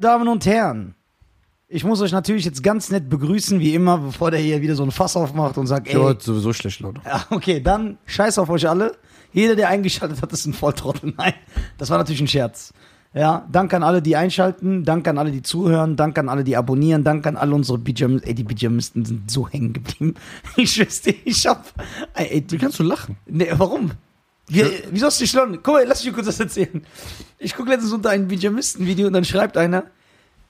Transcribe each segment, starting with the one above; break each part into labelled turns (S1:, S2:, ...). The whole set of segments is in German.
S1: Damen und Herren, ich muss euch natürlich jetzt ganz nett begrüßen, wie immer, bevor der hier wieder so ein Fass aufmacht und sagt,
S2: Ich
S1: ey,
S2: heute sowieso schlecht, Leute.
S1: ja, okay, dann scheiß auf euch alle. Jeder, der eingeschaltet hat, ist ein Volltrottel. Nein, das war natürlich ein Scherz. Ja, danke an alle, die einschalten, danke an alle, die zuhören, danke an alle, die abonnieren, danke an alle unsere Pyjamisten. Ey, die Pyjamisten sind so hängen geblieben. Ich wüsste, ich hab... Ey, ey,
S2: Wie kannst du lachen?
S1: Nee, warum? Wie, wie sollst du dich lernen? Guck mal, lass mich dir kurz das erzählen. Ich gucke letztens unter ein Bijamisten-Video und dann schreibt einer,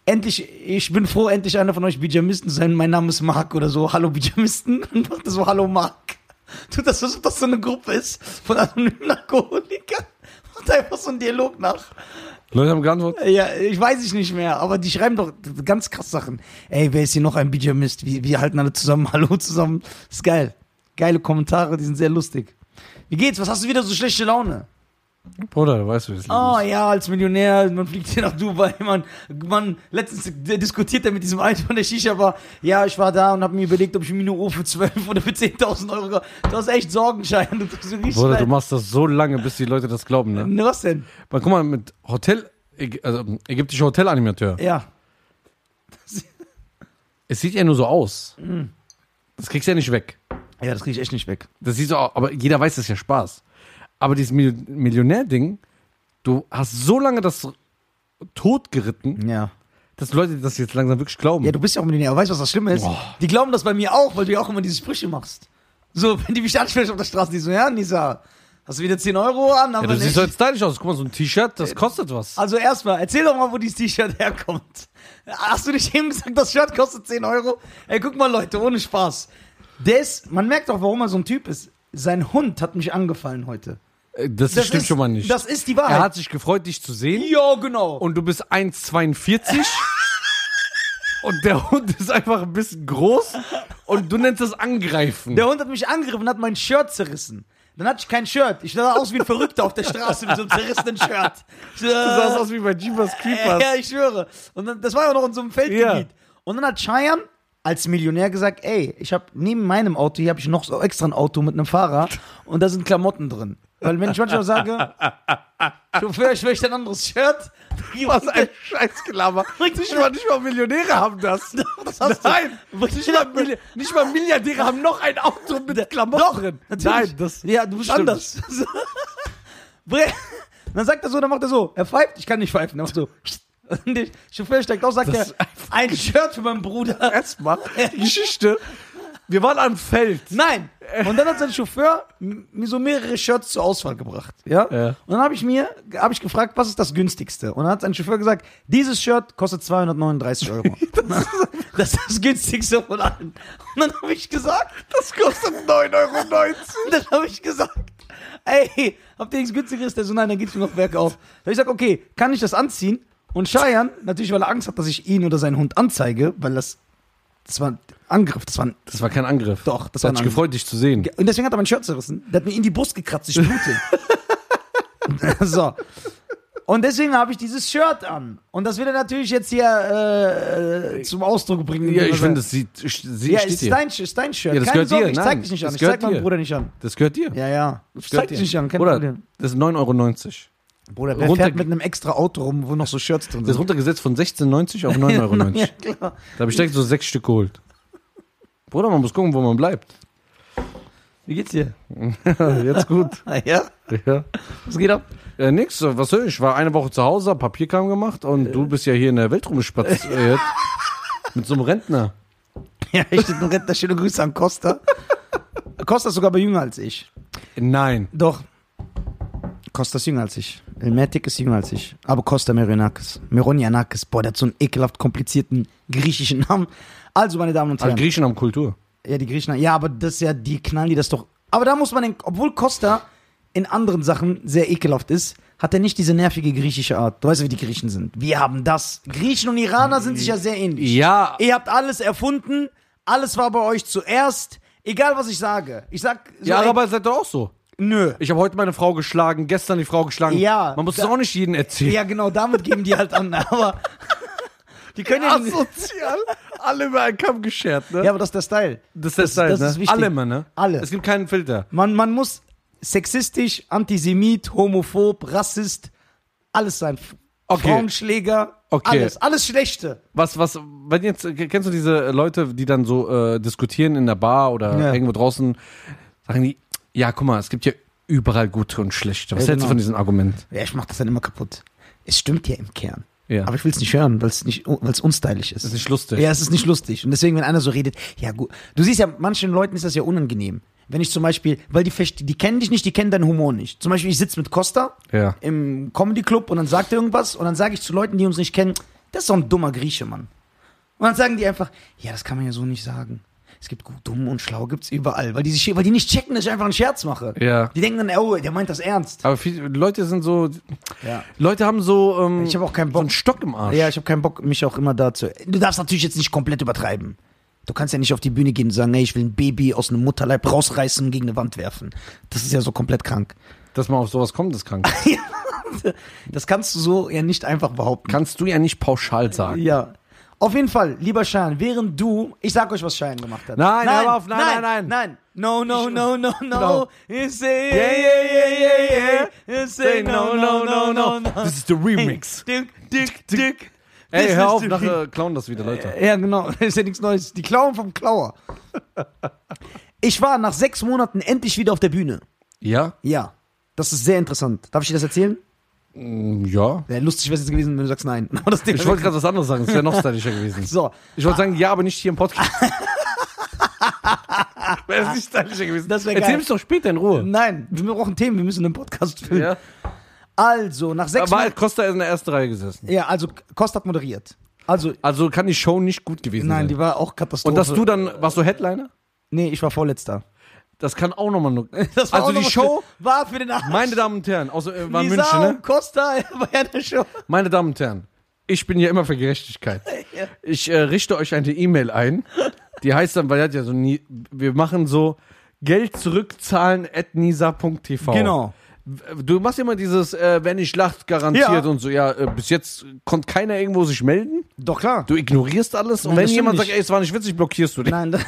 S1: endlich, ich bin froh, endlich einer von euch Bijamisten zu sein. Mein Name ist Marc oder so. Hallo Bijamisten. Und macht so, hallo Marc. Tut das, als ob das so eine Gruppe ist von anonymen Alkoholikern. Macht einfach so einen Dialog nach.
S2: Leute haben geantwortet.
S1: Ja, ich weiß ich nicht mehr, aber die schreiben doch ganz krass Sachen. Ey, wer ist hier noch ein Bijamist? Wir, wir halten alle zusammen, hallo zusammen. Ist geil. Geile Kommentare, die sind sehr lustig. Wie geht's? Was hast du wieder so schlechte Laune?
S2: Bruder, du weißt, wie das Leben
S1: Oh
S2: ist.
S1: ja, als Millionär, man fliegt hier nach Dubai, man, man letztens diskutiert er mit diesem einen von der Shisha, aber ja, ich war da und habe mir überlegt, ob ich mir eine Uhr für 12 oder für 10.000 Euro, kaufe. du hast echt Sorgenschein, du tust so richtig
S2: Bruder, du
S1: leid.
S2: machst das so lange, bis die Leute das glauben, ne?
S1: Ne, was denn?
S2: Aber guck mal, mit Hotel, Äg- also ähm, ägyptischer Hotelanimateur.
S1: Ja.
S2: Es sieht ja nur so aus.
S1: Mhm.
S2: Das kriegst du ja nicht weg.
S1: Ja, das krieg ich echt nicht weg.
S2: Das sieht so au- aber jeder weiß, das ist ja Spaß. Aber dieses Mil- Millionär-Ding, du hast so lange das totgeritten,
S1: Ja.
S2: dass Leute das jetzt langsam wirklich glauben.
S1: Ja, du bist ja auch Millionär. Aber weißt du, was das Schlimme ist?
S2: Boah.
S1: Die glauben das bei mir auch, weil du ja auch immer diese Sprüche machst. So, wenn die mich ansprechen auf der Straße, die so, ja, Nisa, hast du wieder 10 Euro an?
S2: Ja,
S1: Aber
S2: du siehst
S1: nicht.
S2: halt stylisch aus. Guck mal, so ein T-Shirt, das kostet was.
S1: Also erstmal, erzähl doch mal, wo dieses T-Shirt herkommt. Hast du nicht eben gesagt, das Shirt kostet 10 Euro? Ey, guck mal, Leute, ohne Spaß. Der ist, man merkt auch, warum er so ein Typ ist. Sein Hund hat mich angefallen heute.
S2: Äh, Das,
S1: Das
S2: stimmt
S1: ist,
S2: schon mal nicht.
S1: Das ist die Wahrheit.
S2: er hat sich gefreut, dich zu sehen.
S1: ja, genau.
S2: und du bist 1,42 und der Hund ist einfach ein bisschen groß und du nennst das Angreifen.
S1: Der Hund hat mich angegriffen und hat mein Shirt zerrissen. Dann hatte ich kein Shirt. Ich sah aus wie ein Verrückter auf der Straße mit so einem zerrissenen Shirt. Ich, äh,
S2: du sahst aus wie bei Jeepers Creepers.
S1: Ja, ich schwöre. Und dann, das war ja auch noch in so einem Feldgebiet.
S2: Ja.
S1: Und dann hat Cheyenne als Millionär gesagt, ey, ich habe neben meinem Auto, hier habe ich noch so extra ein Auto mit einem Fahrer und da sind Klamotten drin. Weil wenn ich manchmal sage, Chauffeur, ich möchte ein anderes Shirt.
S2: Was ein Scheißgelaber. Nicht mal, nicht mal Millionäre haben das.
S1: Das hast du.
S2: Nein, nicht mal, Milli- nicht mal Milliardäre haben noch ein Auto mit Klamotten
S1: Doch,
S2: drin.
S1: natürlich.
S2: Nein, das
S1: ja, du bist
S2: stimmt.
S1: anders. So. Bre- dann sagt er so, dann macht er so, er pfeift, ich kann nicht pfeifen. Er macht so. Und der Chauffeur steigt aus, sagt
S2: Das
S1: er, ein Shirt für meinen Bruder.
S2: erstmal die Geschichte. Wir waren am Feld.
S1: Nein. Äh. Und dann hat sein Chauffeur m- mir so mehrere Shirts zur Auswahl gebracht. Ja.
S2: Ja.
S1: Und dann habe ich mir, habe ich gefragt, was ist das günstigste? Und dann hat sein Chauffeur gesagt, dieses Shirt kostet 239 Euro. das ist das günstigste von allen. Und dann habe ich gesagt, das kostet 9,90 Euro. Dann habe ich gesagt, ey, habt ihr nichts günstigeres? Der so, nein, dann geht's mir noch bergauf. Da habe ich gesagt, okay, kann ich das anziehen? Und Cheyenne, natürlich, weil er Angst hat, dass ich ihn oder seinen Hund anzeige, weil das, das war ein Angriff, das war ein
S2: Das war kein Angriff.
S1: Doch, das
S2: das
S1: war ein
S2: hat mich
S1: Angriff.
S2: gefreut, dich zu sehen.
S1: und deswegen hat er mein Shirt zerrissen. Der hat mir in die Brust gekratzt, ich blute. so. Und deswegen habe ich dieses Shirt an. Und das will er natürlich jetzt hier äh, äh, zum Ausdruck bringen.
S2: Ja, ich finde, das sieht, sie
S1: Ja,
S2: steht
S1: ist
S2: dir.
S1: dein, ist dein Shirt.
S2: Ja, das
S1: Keine
S2: gehört dir,
S1: Sorge, ich
S2: nein,
S1: zeig dich nicht an.
S2: das
S1: Ich zeig
S2: gehört
S1: meinen
S2: dir.
S1: Bruder nicht an.
S2: Das gehört dir.
S1: Ja, ja. Ich zeig
S2: gehört
S1: dich
S2: dir.
S1: nicht an, kein
S2: Oder
S1: Problem.
S2: Das ist 9,90 Euro.
S1: Bruder, wer
S2: runter-
S1: fährt mit einem extra Auto rum, wo noch so Shirts drin
S2: Das ist
S1: sind?
S2: runtergesetzt von 16,90 auf 9,90 Euro.
S1: Ja,
S2: Da
S1: klar.
S2: habe ich direkt so sechs Stück geholt. Bruder, man muss gucken, wo man bleibt.
S1: Wie geht's dir?
S2: Jetzt gut.
S1: Ah, ja?
S2: Ja.
S1: Was geht ab?
S2: Äh, nix, äh, was soll ich? Ich war eine Woche zu Hause, hab Papierkram gemacht und du bist ja hier in der Welt rumgespatzt. Äh, jetzt. Mit so einem Rentner.
S1: Ja, ich bin ein Rentner. Schöne Grüße an Costa. Costa ist sogar aber jünger als ich.
S2: Äh, Nein.
S1: Doch. Costa ist jünger als ich. Elmatic ist jünger als ich. Aber Costa Meroniakis. Meroniakis. Boah, der hat so einen ekelhaft komplizierten griechischen Namen. Also, meine Damen und
S2: Also
S1: Herren.
S2: Griechen haben Kultur.
S1: ja, die Griechen. Ja, aber das ist ja, die knallen die das doch. Aber da muss man den, obwohl Costa in anderen Sachen sehr ekelhaft ist, hat er nicht diese nervige griechische Art. Du weißt ja, wie die Griechen sind. Wir haben das. Griechen und Iraner sind sich ja sehr ähnlich.
S2: Ja.
S1: Ihr habt alles erfunden. Alles war bei euch zuerst. Egal, was ich sage. Ich sag so,
S2: Ja,
S1: ey,
S2: aber seid doch auch so.
S1: nö.
S2: Ich habe heute meine Frau geschlagen, gestern die Frau geschlagen.
S1: Ja.
S2: Man muss
S1: Da-
S2: es auch nicht jedem erzählen.
S1: Ja, genau, damit geben die halt an, aber die können ja nicht.
S2: Asozial. Alle über einen Kamm geschert, ne?
S1: Ja, aber das ist der Style.
S2: Das ist der Style,
S1: das
S2: ne?
S1: ist wichtig.
S2: Alle immer, ne?
S1: Alle.
S2: Es gibt keinen Filter.
S1: Man, man muss sexistisch, antisemit, homophob, rassist, alles sein. F-
S2: Okay.
S1: Frauenschläger,
S2: Okay.
S1: alles, alles Schlechte.
S2: Was, was, wenn jetzt, kennst du diese Leute, die dann so äh, diskutieren in der Bar oder
S1: Ja.
S2: irgendwo draußen, sagen die, ja, guck mal, es gibt ja überall gute und schlechte. Was
S1: Ja,
S2: hältst du
S1: genau.
S2: von diesem Argument?
S1: Ja, ich mach das dann immer kaputt. Es stimmt ja im Kern.
S2: Ja.
S1: Aber ich will es nicht hören, weil es nicht, weil es unstylisch ist.
S2: Das ist nicht lustig.
S1: Ja, es ist nicht lustig. Und deswegen, wenn einer so redet, ja gut. Du siehst ja, manchen Leuten ist das ja unangenehm. Wenn ich zum Beispiel, weil die, verste- die kennen dich nicht, die kennen deinen Humor nicht. Zum Beispiel, ich sitze mit Costa
S2: Ja.
S1: im Comedy Club und dann sagt er irgendwas und dann sage ich zu Leuten, die uns nicht kennen, das ist doch ein dummer Grieche, Mann. Und dann sagen die einfach, ja, das kann man ja so nicht sagen. Es gibt gut, dumm und schlau, gibt's überall, weil die, sich, weil die nicht checken, dass ich einfach einen Scherz mache.
S2: Ja.
S1: Die denken dann, oh, der meint das ernst.
S2: Aber viele Leute sind so,
S1: Ja.
S2: Leute haben so, ähm,
S1: Ich habe auch keinen
S2: so
S1: Bock.
S2: einen Stock im Arsch.
S1: Ja, ich habe keinen Bock, mich auch immer dazu. Du darfst natürlich jetzt nicht komplett übertreiben. Du kannst ja nicht auf die Bühne gehen und sagen, hey, ich will ein Baby aus einem Mutterleib rausreißen und gegen eine Wand werfen. Das ist ja so komplett krank.
S2: Dass man auf sowas kommt, ist krank.
S1: Das kannst du so ja nicht einfach behaupten.
S2: Kannst du ja nicht pauschal sagen.
S1: Ja. Auf jeden Fall, lieber Schein, während du, ich sag euch, was Schein gemacht hat.
S2: Nein, hör auf, nein, nein, nein.
S1: nein. No, no,
S2: Ich-
S1: no, no, no.
S2: Genau.
S1: You say,
S2: Yeah, yeah, yeah, yeah,
S1: You say no, no, no, no, no.
S2: This is the remix.
S1: Dick, dick, dick.
S2: Ey,
S1: This
S2: hör
S1: is
S2: auf,
S1: the
S2: nachher klauen das wieder Leute.
S1: Ja, genau. Das ist ja nichts Neues. Die Klauen vom Klauer. Ich war nach sechs Monaten endlich wieder auf der Bühne.
S2: Ja?
S1: Ja. Das ist sehr interessant. Darf ich dir das erzählen?
S2: Mm, Ja.
S1: Ja, lustig wäre es jetzt gewesen, wenn du sagst nein. Aber das Ding
S2: Ich wollte gerade was anderes sagen, es wäre noch stylischer gewesen.
S1: so.
S2: Ich wollte sagen, ja, aber nicht hier im Podcast. wäre es nicht stylischer gewesen.
S1: Das wär
S2: Erzähl
S1: geil.
S2: mir's doch später in Ruhe.
S1: Nein, wir brauchen Themen, wir müssen einen Podcast füllen.
S2: Ja.
S1: Also, nach sechs
S2: Aber halt
S1: Monaten.
S2: Costa ist in der ersten Reihe gesessen.
S1: Ja, also Kost hat moderiert. Also,
S2: Also kann die Show nicht gut gewesen
S1: nein,
S2: sein.
S1: die war auch Katastrophe.
S2: Und dass du dann, warst du Headliner?
S1: Nee, ich war vorletzter.
S2: Das kann auch nochmal nur.
S1: Das war auch
S2: also die
S1: nochmal-
S2: Show,
S1: war für den Arsch.
S2: meine Damen und Herren, außer äh, war in
S1: Nizar
S2: München, ne?
S1: und Costa war ja der Show.
S2: Meine Damen und Herren, ich bin hier immer für Gerechtigkeit. Ich äh, richte euch eine E-Mail ein, die heißt dann, weil er hat ja so nie, wir machen so Geld zurückzahlen at nisa.tv.
S1: Genau.
S2: Du machst immer dieses, äh, wenn ich lacht, garantiert
S1: Ja.
S2: und so. Ja, äh, bis jetzt konnte keiner irgendwo sich melden.
S1: Doch klar.
S2: Du ignorierst alles. und
S1: Nein,
S2: wenn
S1: das stimmt
S2: jemand sagt,
S1: nicht.
S2: ey, es war nicht witzig, blockierst du den.
S1: Nein, das,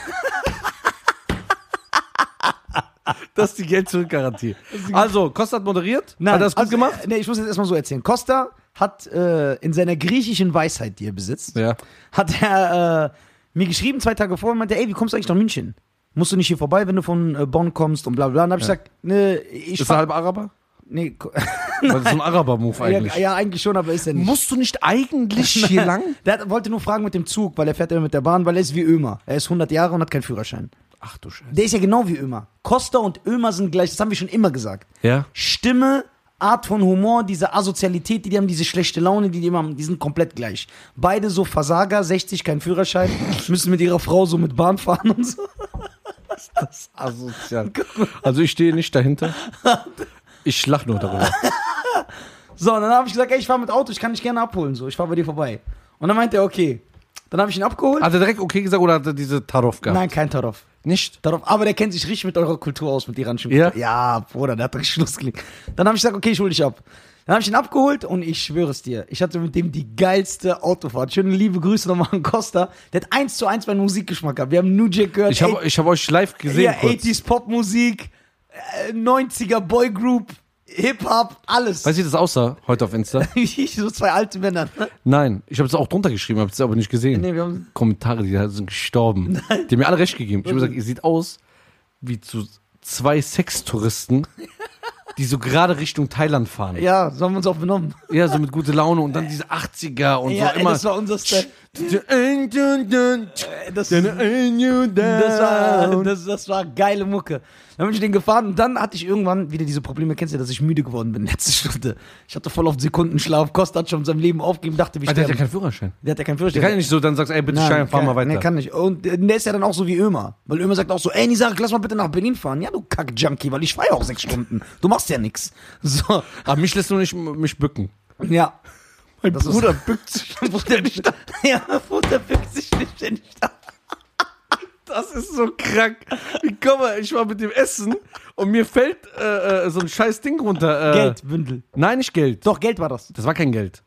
S2: Das ist die Geld zurückgarantie. Also, Kost hat moderiert. hat er das gut
S1: also,
S2: gemacht?
S1: äh, Nee, ich muss jetzt erstmal so erzählen. Costa hat äh, in seiner griechischen Weisheit, die er besitzt,
S2: Ja.
S1: hat er äh, mir geschrieben, zwei Tage vorher, und meinte, ey, wie kommst du eigentlich nach München? Musst du nicht hier vorbei, wenn du von äh, Bonn kommst und bla bla. Und dann hab ich gesagt, nee, ich
S2: Ist halt er
S1: fahr,
S2: halb Araber?
S1: nee, ko-
S2: Weil das ist so ein Araber-Move
S1: ja,
S2: eigentlich.
S1: ja, eigentlich schon, aber ist er nicht.
S2: Musst du nicht eigentlich hier lang?
S1: Der hat, wollte nur fragen mit dem Zug, weil er fährt immer mit der Bahn, weil er ist wie Ömer. Er ist 100 Jahre und hat keinen Führerschein.
S2: Ach du Scheiße.
S1: Der ist ja genau wie Ömer. Costa und Ömer sind gleich, das haben wir schon immer gesagt.
S2: Ja.
S1: Stimme, Art von Humor, diese Asozialität, die die haben, diese schlechte Laune, die die immer haben, die sind komplett gleich. Beide so Versager, 60, kein Führerschein, müssen mit ihrer Frau so mit Bahn fahren und so.
S2: Asozial. Also ich stehe nicht dahinter. Ich lach nur darüber.
S1: So, und dann habe ich gesagt, ey, ich fahre mit Auto, ich kann dich gerne abholen, so, ich fahre bei dir vorbei. Und dann meint er, okay. Dann habe ich ihn abgeholt.
S2: Hat er direkt okay gesagt oder hat er diese Tarov gehabt?
S1: Nein, kein Tarov.
S2: Nicht?
S1: Darauf, aber der kennt sich richtig mit eurer Kultur aus, mit iranischen
S2: Ja?
S1: Kultur. Ja, Bruder, der hat richtig losgelegt. Dann habe ich gesagt, okay, ich hole dich ab. Dann habe ich ihn abgeholt und ich schwöre es dir, ich hatte mit dem die geilste Autofahrt. Schöne liebe Grüße nochmal an Costa. Der hat eins zu eins meinen Musikgeschmack gehabt. Wir haben New Jack gehört.
S2: Ich habe ich hab euch live gesehen
S1: ja,
S2: kurz.
S1: 80s Popmusik, äh, 90er Boygroup, Hip-Hop, alles.
S2: Weißt du, wie das aussah heute auf Insta?
S1: so zwei alte Männer. ne?
S2: Nein, ich habe es auch drunter geschrieben, habe es aber nicht gesehen.
S1: Nee, wir haben-
S2: Kommentare, die da sind gestorben. Die haben mir alle recht gegeben. Ich habe gesagt, ihr sieht aus wie zu zwei Sextouristen, die so gerade Richtung Thailand fahren. Ja,
S1: Ja, so haben wir uns auch benommen.
S2: so mit guter Laune und dann diese 80er und
S1: Ja,
S2: so
S1: ey,
S2: immer.
S1: das war unser Style. Äh, Das, Das war,
S2: Das
S1: das, das war geile Mucke. Dann bin ich den gefahren und dann hatte ich irgendwann wieder diese Probleme. Kennst du, dass ich müde geworden bin letzte Stunde. Ich hatte voll oft Sekundenschlaf. Kost hat schon sein Leben aufgegeben, dachte, wir
S2: Ah, der hat ja
S1: sterben.
S2: keinen Führerschein.
S1: Der hat ja keinen
S2: Der
S1: Führerschein.
S2: kann ja nicht so, dann sagst, ey, bitte
S1: Nein,
S2: Schein, fahr
S1: kann-
S2: mal weiter.
S1: Nee, kann nicht. Und äh, der ist ja dann auch so wie Ömer. Weil Ömer sagt auch so, ey, Nisa, lass mal bitte nach Berlin fahren. Ja, du Kack-Junkie, weil ich fahre ja auch sechs Stunden. Du machst ja nix. So,
S2: Aber mich lässt du nicht m- mich bücken.
S1: ja.
S2: Mein
S1: Das ist-
S2: Bruder bückt sich.
S1: Bruder nicht da. Ja, Bruder bückt sich nicht ständig da.
S2: Das ist so krank. Wie komm mal, ich war mit dem Essen und mir fällt äh, äh, so ein scheiß Ding runter. Äh,
S1: Geldbündel.
S2: Nein, nicht Geld.
S1: Doch, Geld war das.
S2: Das war kein Geld.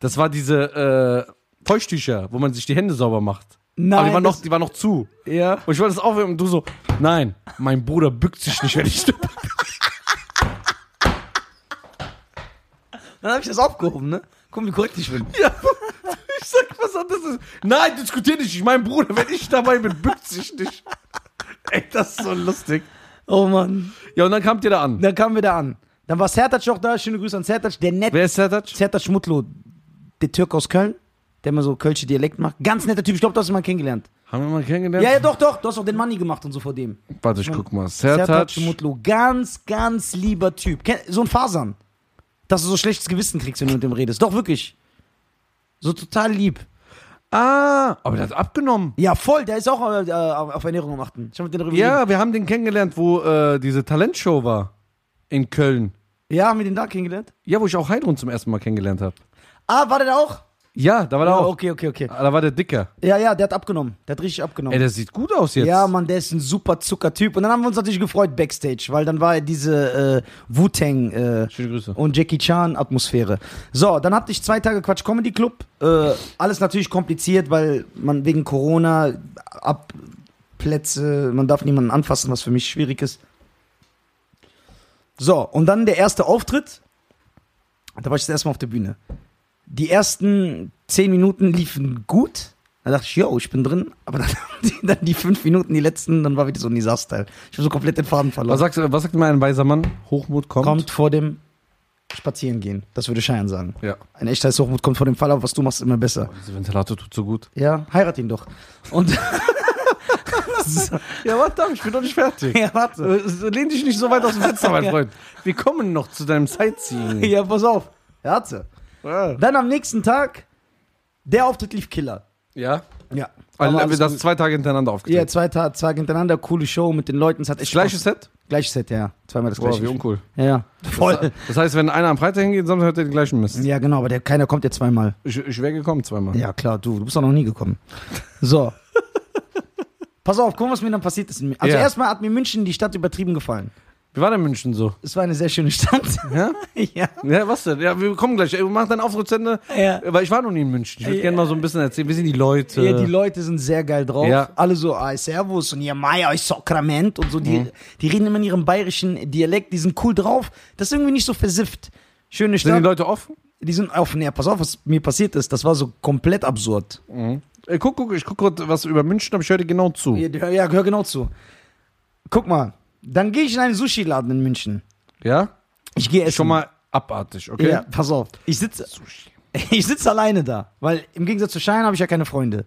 S2: Das war diese äh, Feuchttücher, wo man sich die Hände sauber macht.
S1: Nein,
S2: Aber die waren noch,
S1: das-
S2: die waren noch zu.
S1: Ja.
S2: Und ich wollte das aufheben und du so, nein, mein Bruder bückt sich nicht, wenn ich
S1: Dann habe ich das aufgehoben, ne? Guck, wie korrekt ich bin.
S2: Ja. Ich sag, was anderes ist. Nein, diskutier nicht. Ich mein Bruder, wenn ich dabei bin, bückt sich nicht. Ey, das ist so lustig.
S1: Oh Mann.
S2: Ja, und dann kamt ihr da an.
S1: Dann kamen wir da an. Dann war Sertac auch da. Schöne Grüße an Sertac. Der nette
S2: Wer ist Sertac?
S1: Sertac Mutlu, der Türk aus Köln, der immer so kölsche Dialekt macht. Ganz netter Typ. Ich glaube, du hast ihn mal kennengelernt.
S2: Haben wir mal kennengelernt?
S1: Ja, ja, doch, doch. Du hast auch den Money gemacht und so vor dem.
S2: Warte, ich guck mal.
S1: Sertac
S2: Sertac.
S1: Mutlu. Ganz, ganz lieber Typ. Ken- So ein Fasern. Dass du so schlechtes Gewissen kriegst, wenn du mit dem redest. Doch, wirklich. So total lieb.
S2: Ah, aber der hat abgenommen.
S1: Ja, voll. Der ist auch äh, äh, auf Ernährung am Achten. Ich hab mit denen darüber geredet.
S2: Ja, wir haben den kennengelernt, wo äh, diese Talentshow war. In Köln.
S1: Ja, haben wir den da kennengelernt?
S2: Ja, wo ich auch Heidrun zum ersten Mal kennengelernt habe.
S1: Ah, war der da auch?
S2: Ja, da war der
S1: Ja,
S2: auch.
S1: okay, okay, okay.
S2: Ah, Da war der Dicker.
S1: Ja, ja, der hat abgenommen. Der hat richtig abgenommen.
S2: Ey, der sieht gut aus jetzt.
S1: Ja, Mann, der ist ein super Zuckertyp. Und dann haben wir uns natürlich gefreut backstage, weil dann war diese äh, Wu-Tang äh,
S2: Schöne Grüße.
S1: und Jackie Chan-Atmosphäre. So, dann hatte ich zwei Tage Quatsch Comedy Club. Äh, alles natürlich kompliziert, weil man wegen Corona ab Plätze, man darf niemanden anfassen, was für mich schwierig ist. So, und dann der erste Auftritt. Da war ich das erste Mal auf der Bühne. Die ersten zehn Minuten liefen gut. Da dachte ich, yo, ich bin drin. Aber dann, die- dann die fünf Minuten, die letzten, dann war wieder so ein Desaster. Ich habe so komplett den Faden verloren
S2: Was sagt, was sagt mir ein weiser Mann? Hochmut kommt.
S1: kommt vor dem Spazierengehen. Das würde Cheyenne sagen.
S2: Ja.
S1: Ein echter Hochmut kommt vor dem Fall, aber was du machst, ist immer besser.
S2: Dieser Ventilator tut so gut.
S1: Ja, heirat ihn doch. Und
S2: Ja, warte, ich bin doch nicht fertig.
S1: ja, warte.
S2: Lehn dich nicht so weit aus dem Fenster, mein Freund. Wir kommen noch zu deinem Sightseeing.
S1: Ja, pass auf. Er hat's. Dann am nächsten Tag, der Auftritt lief Killer.
S2: Ja?
S1: Ja.
S2: Also,
S1: Aber alles
S2: das
S1: gut.
S2: zwei Tage hintereinander
S1: ja,
S2: aufgetreten.
S1: zwei Ta- Tage hintereinander, coole Show mit den Leuten. Es hat echt
S2: Gleiches Set?
S1: Spaß. Gleiches Set, ja. Zweimal das gleiche. gespielt.
S2: uncool.
S1: ja, ja. Voll.
S2: Das halt- heißt, wenn einer am Freitag hingeht, Samstag hört er den gleichen Mist.
S1: Ja, genau, aber der, keiner kommt ja zweimal.
S2: Ich, ich wäre gekommen zweimal.
S1: Ja, klar, du, du bist auch noch nie gekommen. So. Pass auf, guck mal, was mir dann passiert ist. in Mü- Also
S2: Ja.
S1: erstmal hat mir München die Stadt übertrieben gefallen.
S2: Wie war denn München so?
S1: Es war eine sehr schöne Stadt.
S2: Ja?
S1: ja.
S2: Ja, was denn? Ja, wir kommen gleich. Ey, Mach deinen Auftrittssende.
S1: Ja.
S2: Weil ich war noch nie in München. Ich würde
S1: Ja.
S2: gerne mal so ein bisschen erzählen. Wie sind äh, die Leute?
S1: die Leute sind sehr geil drauf.
S2: Ja.
S1: Alle so, ah, Servus und ja, Mai, ah, Sakrament und so. Die,
S2: Mhm.
S1: die reden immer in ihrem bayerischen Dialekt, die sind cool drauf. Das ist irgendwie nicht so versifft. Schöne
S2: sind die
S1: Stadt.
S2: Leute offen?
S1: Die, sind offen. Ja, pass auf, was mir passiert ist. Das war so komplett absurd.
S2: Ey, guck, guck, ich guck kurz was über München, aber ich höre dir genau zu.
S1: Ja, hör- ja, hör genau zu. Guck mal, dann gehe ich in einen Sushi-Laden in München.
S2: Ja?
S1: Ich gehe essen.
S2: Schon mal abartig, okay?
S1: Ja, pass auf. Ich sitze
S2: Sushi.
S1: ich sitz alleine da, weil im Gegensatz zu Schein habe ich ja keine Freunde.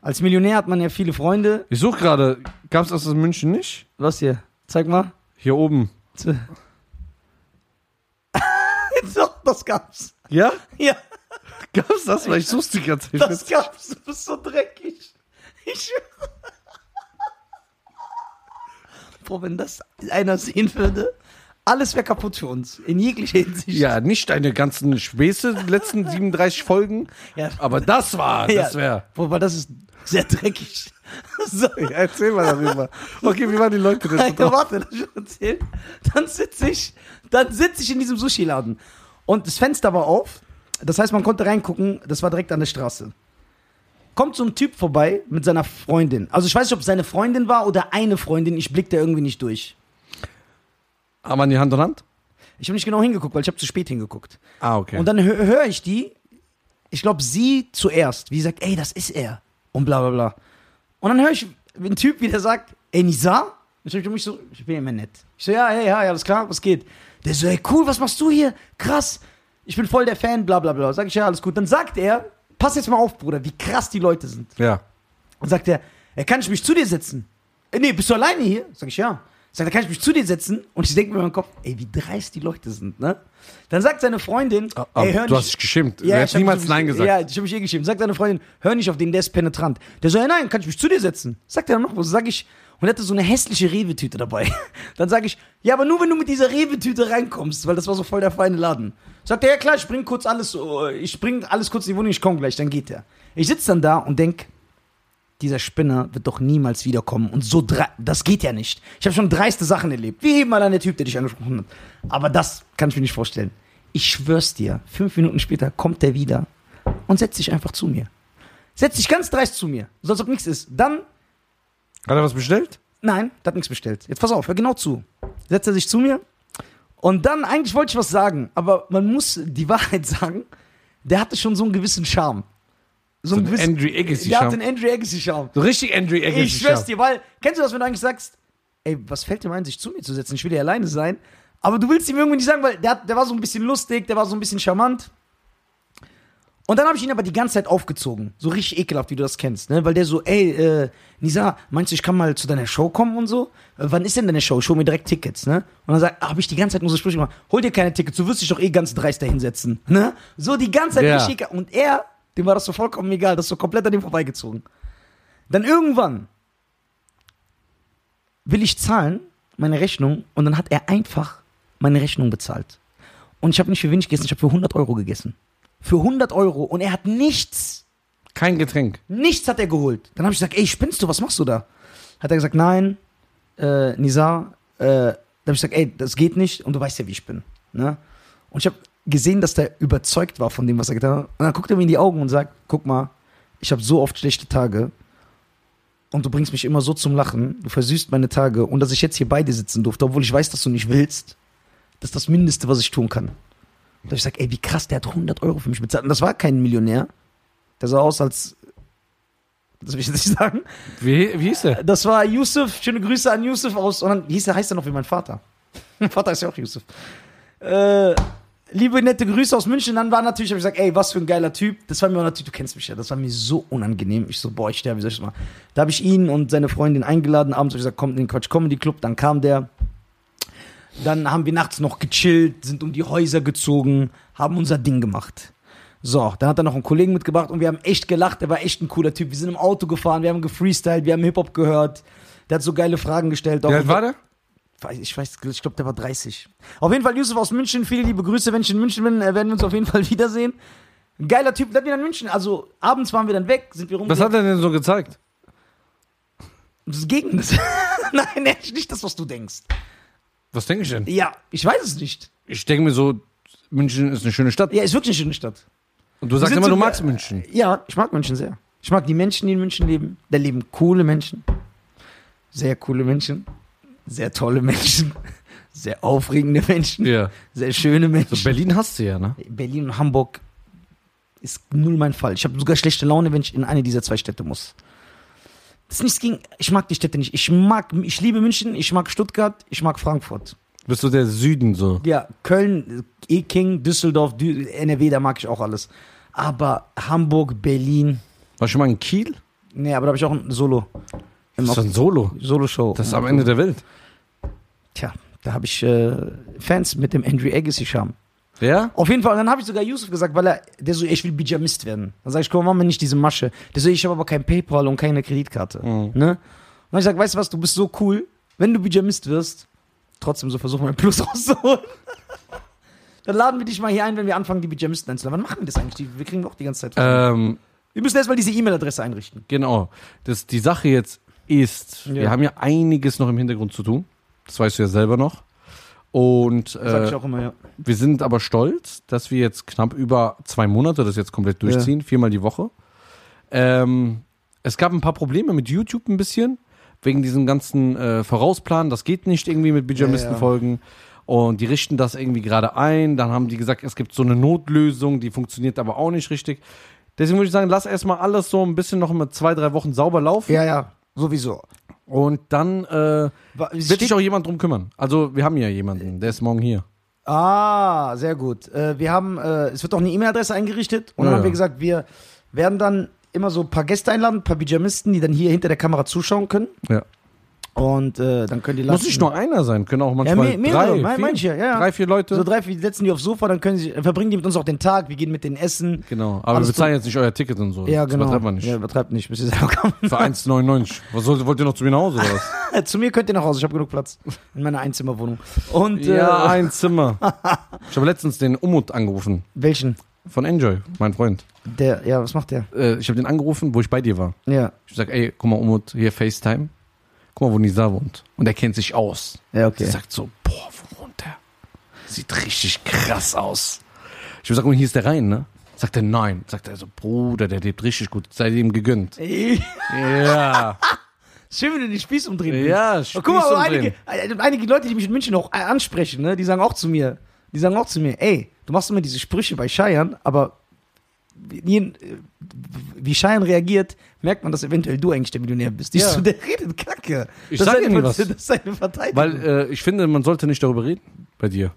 S1: Als Millionär hat man ja viele Freunde.
S2: Ich suche gerade, gab es das in München nicht?
S1: Was hier? Zeig mal.
S2: Hier oben.
S1: Z- Doch, das gab's.
S2: Ja?
S1: Ja,
S2: Gab's das? Weil ich such's die ganze Zeit.
S1: das gab's. Du bist so dreckig. Ich. Boah, wenn das einer sehen würde, alles wäre kaputt für uns. In jeglicher Hinsicht.
S2: ja, nicht deine ganzen Späße, die letzten 37 Folgen.
S1: Ja.
S2: Aber das war, das wäre.
S1: Wobei, Ah, das ist sehr dreckig. so.
S2: Erzähl mal darüber. Okay, wie waren die Leute denn so
S1: Alter,
S2: drauf?
S1: warte, lass mich erzählen. Dann sitze ich, dann sitze ich in diesem Sushi-Laden. Und das Fenster war auf. Das heißt, man konnte reingucken, das war direkt an der Straße. Kommt so ein Typ vorbei mit seiner Freundin. Also ich weiß nicht, ob es seine Freundin war oder eine Freundin. Ich blick da irgendwie nicht durch.
S2: Haben wir die Hand in Hand?
S1: Ich habe nicht genau hingeguckt, weil ich habe zu spät hingeguckt.
S2: Ah, okay.
S1: Und dann hö- höre ich die, ich glaube, sie zuerst, wie sie sagt, ey, das ist er. Und bla bla bla. Und dann höre ich einen Typ, wie der sagt, ey, Nisa? Und ich hab mich so, ich bin ja immer nett. Ich so, ja, hey, hi, alles klar, was geht? Der so, ey, cool, was machst du hier? Krass. Ich bin voll der Fan, bla bla bla. Sag ich, ja, alles gut. Dann sagt er, pass jetzt mal auf, Bruder, wie krass die Leute sind.
S2: ja.
S1: Und sagt er, er kann ich mich zu dir setzen? Äh, nee, bist du alleine hier? Sag ich ja. Sagt er, kann ich mich zu dir setzen? Und ich denke mir in meinem Kopf, ey, wie dreist die Leute sind, ne? Dann sagt seine Freundin, ey, hör
S2: Ah, Ähm, du
S1: nicht-
S2: hast dich geschämt.
S1: ja,
S2: du
S1: ich
S2: hättest
S1: hab
S2: niemals
S1: mich-
S2: Nein gesagt.
S1: Ja, ich habe mich eh geschämt. Sagt seine Freundin, hör nicht auf den, der ist penetrant. Der so, ja, nein, kann ich mich zu dir setzen? Sagt er noch was? Sag ich, und er hatte so eine hässliche Rewe-Tüte dabei. Dann sage ich, ja, aber nur wenn du mit dieser Rewe-Tüte reinkommst, weil das war so voll der feine Laden. Sagt er, ja klar, ich bring kurz alles, äh, ich bring alles kurz in die Wohnung, ich komme gleich, dann geht er. Ich sitze dann da und denk, dieser Spinner wird doch niemals wiederkommen. Und so, dre- das geht ja nicht. Ich habe schon dreiste Sachen erlebt. Wie eben mal an der Typ, der dich angesprochen hat. Aber das kann ich mir nicht vorstellen. Ich schwör's dir, fünf Minuten später kommt der wieder und setzt sich einfach zu mir. Setzt sich ganz dreist zu mir, so als ob nichts ist. Dann,
S2: Hat er was bestellt?
S1: nein, der hat nichts bestellt. Jetzt pass auf, hör genau zu. Setzt er sich zu mir und dann, eigentlich wollte ich was sagen, aber man muss die Wahrheit sagen. der hatte schon so einen gewissen Charme. So
S2: So
S1: einen
S2: ein
S1: gewissen.
S2: Andrew Agassi
S1: der hat
S2: Charme.
S1: den Andrew Agassi-Charme.
S2: So richtig Andrew Agassi
S1: Ich schwör's dir, weil, kennst du das, wenn du eigentlich sagst, ey, was fällt dir ein, sich zu mir zu setzen? Ich will ja alleine sein. Aber du willst ihm irgendwie nicht sagen, weil der, hat- der war so ein bisschen lustig, der war so ein bisschen charmant. Und dann habe ich ihn aber die ganze Zeit aufgezogen. So richtig ekelhaft, wie du das kennst. Ne? Weil der so, ey, äh, Nisa, meinst du, ich kann mal zu deiner Show kommen und so? Äh, wann ist denn deine Show? Ich hol mir direkt Tickets, ne? Und dann sagt, habe ich die ganze Zeit nur so Sprüche gemacht. Hol dir keine Tickets, du wirst dich doch eh ganz dreist dahinsetzen. Ne? So die ganze Zeit
S2: Ja.
S1: richtig ekelhaft. Und er, dem war das so vollkommen egal, das ist so komplett an ihm vorbeigezogen. Dann irgendwann will ich zahlen, meine Rechnung, und dann hat er einfach meine Rechnung bezahlt. Und ich habe nicht für wenig gegessen, ich habe für 100 Euro gegessen. Für 100 Euro und er hat nichts,
S2: Kein Getränk.
S1: nichts hat er geholt. Dann habe ich gesagt, ey, spinnst du, was machst du da? Hat er gesagt, nein, äh, Nizar, äh, dann habe ich gesagt, ey, das geht nicht und du weißt ja, wie ich bin. Ne? Und ich habe gesehen, dass der überzeugt war von dem, was er getan hat. Und dann guckt er mir in die Augen und sagt, guck mal, ich habe so oft schlechte Tage und du bringst mich immer so zum Lachen, du versüßt meine Tage und dass ich jetzt hier bei dir sitzen durfte, obwohl ich weiß, dass du nicht willst, das ist das Mindeste, was ich tun kann. Da hab ich gesagt, ey, wie krass, der hat 100 Euro für mich bezahlt. Und das war kein Millionär. Der sah aus als, das will ich jetzt nicht sagen,
S2: Wie, wie hieß der?
S1: das war Yusuf. Schöne Grüße an Yusuf aus. Und dann hieß er, heißt er noch wie mein Vater. mein Vater ist ja auch Yusuf. Äh, liebe nette Grüße aus München. Dann war natürlich, habe ich gesagt, ey, was für ein geiler Typ. Das war mir auch natürlich, du kennst mich ja, das war mir so unangenehm. Ich so, boah, ich sterbe, wie soll ich das machen? Da habe ich ihn und seine Freundin eingeladen. Abends habe ich gesagt, kommt in den Quatsch Comedy Club. Dann kam der. Dann haben wir nachts noch gechillt, sind um die Häuser gezogen, haben unser Ding gemacht. So, dann hat er noch einen Kollegen mitgebracht und wir haben echt gelacht. Er war echt ein cooler Typ. Wir sind im Auto gefahren, wir haben gefreestylt, wir haben Hip-Hop gehört. Der hat so geile Fragen gestellt. Auch-
S2: Wie alt war der?
S1: Weiß- Ich weiß, ich glaube, der war 30. Auf jeden Fall, Yusuf aus München, viele liebe Grüße. Wenn ich in München bin, äh, werden wir uns auf jeden Fall wiedersehen. Ein Geiler Typ, bleibt wieder in München. Also, abends waren wir dann weg, sind wir rum.
S2: Was hat er denn so gezeigt?
S1: Das Gegen das. Nein, ehrlich, nicht das, was du denkst.
S2: Was denke ich denn?
S1: Ja, ich weiß es nicht.
S2: Ich denke mir so, München ist eine schöne Stadt.
S1: Ja, ist wirklich eine schöne Stadt.
S2: Und du sagst
S1: sind
S2: immer,
S1: so-
S2: du magst München.
S1: Ja, ich mag München sehr. Ich mag die Menschen, die in München leben. Da leben coole Menschen, sehr coole Menschen, sehr tolle Menschen, sehr aufregende Menschen,
S2: Ja.
S1: sehr schöne Menschen.
S2: So Berlin hasst du ja, ne?
S1: Berlin und Hamburg ist null mein Fall. Ich habe sogar schlechte Laune, wenn ich in eine dieser zwei Städte muss. Das ist nichts gegen. Ich mag die Städte nicht. Ich mag, ich liebe München, ich mag Stuttgart, ich mag Frankfurt.
S2: Bist du der Süden so?
S1: Ja, Köln, äh, Eking, Düsseldorf, Dü NRW, da mag ich auch alles. Aber Hamburg, Berlin,
S2: Warst du schon mal in Kiel?
S1: nee, aber da habe ich auch ein Solo.
S2: Das ist doch ein Solo.
S1: Solo-Show.
S2: Das ist am Ende der Welt.
S1: Tja, da habe ich äh, Fans mit dem Andrew Agassi-Charme.
S2: Ja?
S1: Auf jeden Fall, und dann habe ich sogar Yusuf gesagt, weil er, der so, ich will Bijamist werden. Dann sage ich, komm, mach mir nicht diese Masche. Der so, ich habe aber kein Paypal und keine Kreditkarte.
S2: Mhm.
S1: Ne? Und dann hab ich gesagt, weißt du was, du bist so cool, wenn du Bijamist wirst, trotzdem so versuchen, mein Plus rauszuholen. dann laden wir dich mal hier ein, wenn wir anfangen, die Bijamisten einzuladen. Wann machen wir das eigentlich? Die, wir kriegen wir auch die ganze Zeit.
S2: Ähm,
S1: wir müssen erstmal diese E-Mail-Adresse einrichten.
S2: genau. Das, die Sache jetzt ist, wir
S1: Ja.
S2: haben ja einiges noch im Hintergrund zu tun. Das weißt du ja selber noch. Und
S1: Das sage
S2: äh,
S1: ich auch immer, ja.
S2: wir sind aber stolz, dass wir jetzt knapp über zwei Monate das jetzt komplett durchziehen, viermal die Woche. Ähm, es gab ein paar Probleme mit YouTube ein bisschen, wegen diesem ganzen äh, Vorausplan. Das geht nicht irgendwie mit Bijamisten-Folgen. Und die richten das irgendwie gerade ein. Dann haben die gesagt, es gibt so eine Notlösung, die funktioniert aber auch nicht richtig. Deswegen würde ich sagen, lass erstmal alles so ein bisschen noch mal zwei, drei Wochen sauber laufen.
S1: Ja, ja, sowieso.
S2: Und dann äh,
S1: Wa- es
S2: wird sich
S1: steht-
S2: auch jemand drum kümmern. Also wir haben ja jemanden, der ist morgen hier.
S1: Ah, sehr gut. Äh, wir haben, äh, es wird auch eine E-Mail-Adresse eingerichtet und dann
S2: Ja,
S1: haben
S2: ja.
S1: wir gesagt, wir werden dann immer so ein paar Gäste einladen, ein paar Pyjamisten, die dann hier hinter der Kamera zuschauen können
S2: Ja.
S1: und äh, dann können die
S2: Muss
S1: lassen-
S2: nicht nur einer sein, können auch
S1: ja,
S2: manchmal
S1: me mehrere,
S2: drei,
S1: drei,
S2: vier,
S1: manche, ja, ja.
S2: drei, vier Leute.
S1: so drei, vier setzen die aufs Sofa, dann können sie verbringen die mit uns auch den Tag, wir gehen mit denen essen.
S2: genau, aber
S1: Alles
S2: wir bezahlen jetzt nicht euer Ticket und so.
S1: Ja,
S2: Oh, das
S1: genau.
S2: übertreibt man nicht.
S1: Ja, übertreibt nicht, bis ihr selber kommt.
S2: Für 1,99. Was soll, wollt ihr noch zu mir nach Hause oder was?
S1: Zu mir könnt ihr nach Hause, ich habe genug Platz in meiner Einzimmerwohnung. Und
S2: ja,
S1: äh,
S2: ein Zimmer. Ich habe letztens den Umut angerufen
S1: welchen?
S2: von Enjoy, mein Freund.
S1: Der, ja, was macht der?
S2: Äh, ich habe den angerufen, wo ich bei dir war.
S1: Ja,
S2: Ich sag, ey, guck mal, Umut, hier FaceTime. Guck mal, wo Nisa wohnt. Und er kennt sich aus.
S1: ja,
S2: Der
S1: okay.
S2: sagt so, boah, wo wohnt der? Sieht richtig krass aus. Ich sag, und hier ist der Rhein, ne? Sagt er, nein. Sagt er so, Bruder, der lebt richtig gut. Sei ihm gegönnt. Ja.
S1: Schön, wenn du den Spieß umdrehen willst.
S2: ja,
S1: Oh, guck mal, aber einige,
S2: Spießumdrehen.
S1: äh, einige Leute, die mich in München auch äh, ansprechen, ne, die sagen auch zu mir, die sagen auch zu mir, ey, du machst immer diese Sprüche bei Scheiern, aber wie, wie Schein reagiert, merkt man, dass eventuell du eigentlich der Millionär bist. Siehst
S2: Ja.
S1: du, der redet Kacke.
S2: Ich
S1: das
S2: sag
S1: ist
S2: ja
S1: eine,
S2: nie was.
S1: Das ist eine Verteidigung.
S2: Weil äh, ich finde, man sollte nicht darüber reden bei dir.